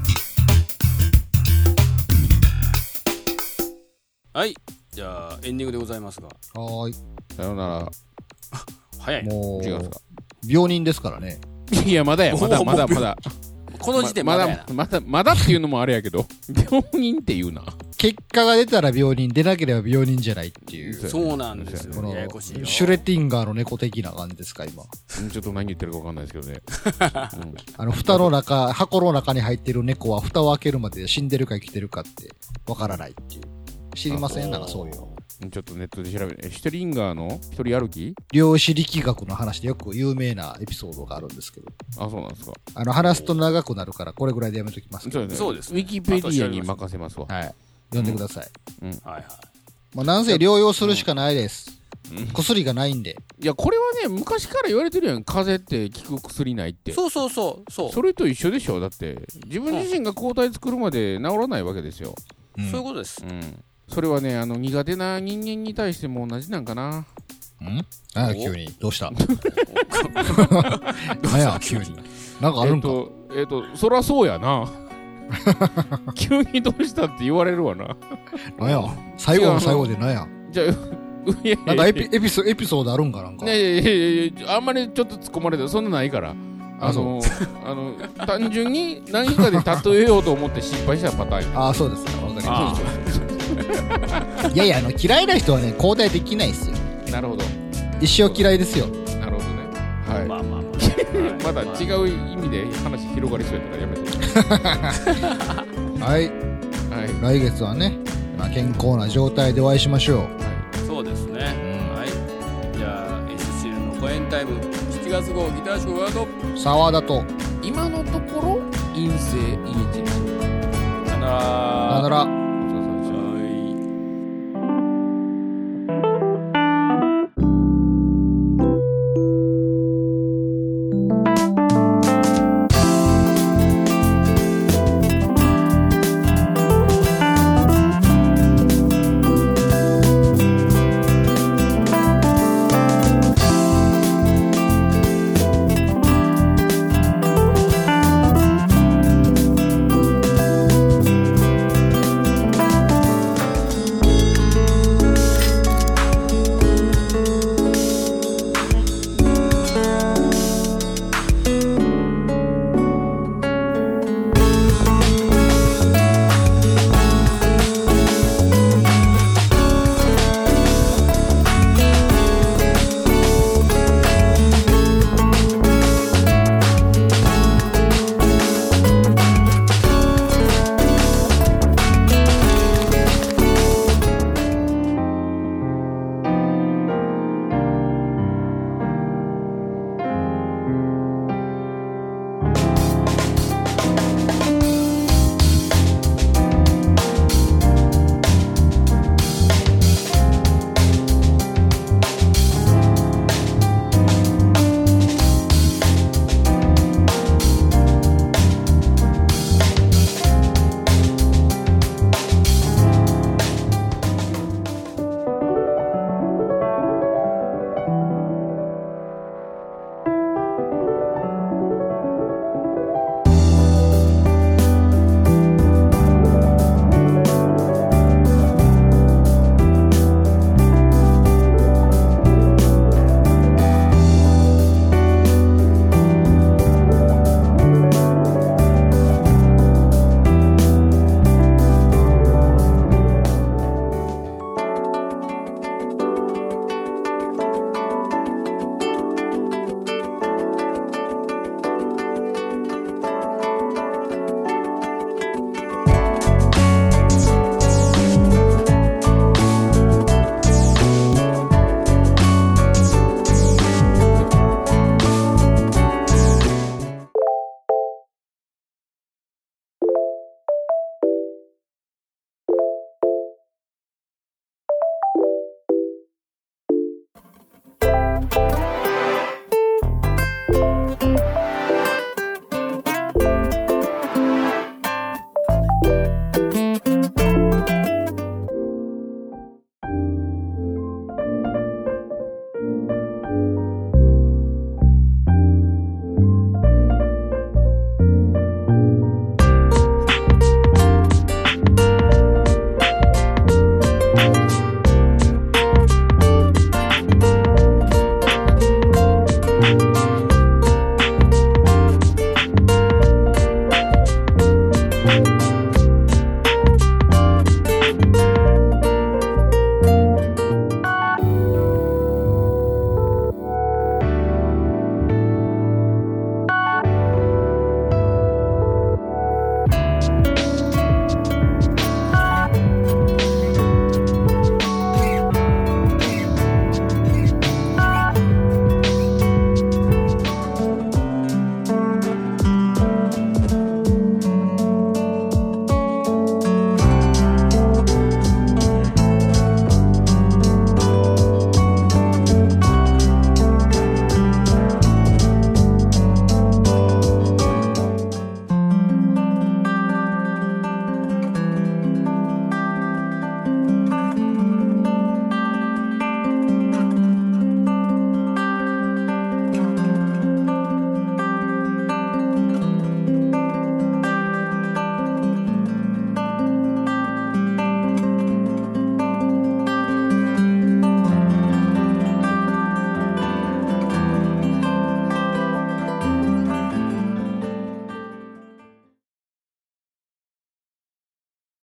Speaker 2: はいじゃあエンディングでございますが
Speaker 3: はーい。
Speaker 4: さようなら。
Speaker 2: 早いね
Speaker 3: も
Speaker 4: 違うんす
Speaker 3: う、病人ですからね。
Speaker 4: いや、まだや、まだ
Speaker 2: おー
Speaker 4: まだ
Speaker 2: もう
Speaker 4: まだ。
Speaker 2: こ
Speaker 4: こ
Speaker 2: の時点まだやな、
Speaker 4: まだ、まだっていうのもあれやけど、病人っていうな。
Speaker 3: 結果が出たら病人、出なければ病人じゃないっていう。
Speaker 2: そうなんです
Speaker 3: こ
Speaker 2: よ
Speaker 3: の
Speaker 2: ややこしいよ
Speaker 3: シュレッティンガーの猫的な感じですか、今。
Speaker 4: うんちょっと何言ってるか分かんないですけどね。うん
Speaker 3: あの、蓋の中、箱の中に入ってる猫は蓋を開けるまで死んでるか生きてるかってわからないっていう。知りませんなんかそういうの。
Speaker 4: ちょっとネットで調べて、シュテリンガーの一人歩き
Speaker 3: 量子力学の話でよく有名なエピソードがあるんですけど。
Speaker 4: あ、そうなんですか。
Speaker 3: あの、話すと長くなるから、これぐらいでやめときますけど。
Speaker 4: ね
Speaker 2: そうです
Speaker 4: ウ
Speaker 2: ね
Speaker 4: ィキペディアに任せますわ。
Speaker 3: はい。読んでください。
Speaker 2: はいはい
Speaker 3: まあ、なんせ療養するしかないです。
Speaker 4: うん
Speaker 3: 薬がないんで。
Speaker 4: いや、これはね、昔から言われてるやん。風邪って効く薬ないって。
Speaker 2: そうそうそうそうそ
Speaker 4: それと一緒でしょだって、自分自身が抗体作るまで治らないわけですよ。
Speaker 2: ういうことです
Speaker 4: うん。それはね、あの、苦手な人間に対しても同じなんかな。
Speaker 3: んあ
Speaker 2: お
Speaker 3: 急に。どう した何や、急に。なんかあ
Speaker 4: え
Speaker 3: る
Speaker 4: っ
Speaker 3: んか。
Speaker 4: と、えっと、そらそうやな。急にどうしたって言われるわな。
Speaker 3: 何や。最後の最後で何や。
Speaker 4: じゃあ、いやい
Speaker 3: な
Speaker 4: や
Speaker 3: い
Speaker 4: や
Speaker 3: んかエピエピソエピソードあるんかなんか。
Speaker 4: ねいやいやいやいやあんまりちょっと突っ込まれてそんなないからあの あの単純に何かで例えようと思って失敗したパターンや
Speaker 3: ああ、そうですね。わかりました。
Speaker 2: あ
Speaker 3: いやいや、あの、嫌いな人はね、交代できないっすよ。
Speaker 4: なるほど
Speaker 3: 一生嫌いですよ。
Speaker 4: なるほどねは
Speaker 2: あ
Speaker 4: い、
Speaker 2: ま
Speaker 4: ま
Speaker 2: あまあまあ
Speaker 4: だ違
Speaker 2: う
Speaker 4: う意味で話広がりそうやったからやめて
Speaker 3: はい。
Speaker 4: はい、は
Speaker 3: 来
Speaker 4: い、
Speaker 3: 月はね、まあ、健康な状態でお会いしましょう。
Speaker 2: そうですね
Speaker 3: ん
Speaker 2: はいじゃあ SCL の公演タイム7月号ギターショーワード
Speaker 3: 沢田と。
Speaker 4: 今のところ陰性イエチでした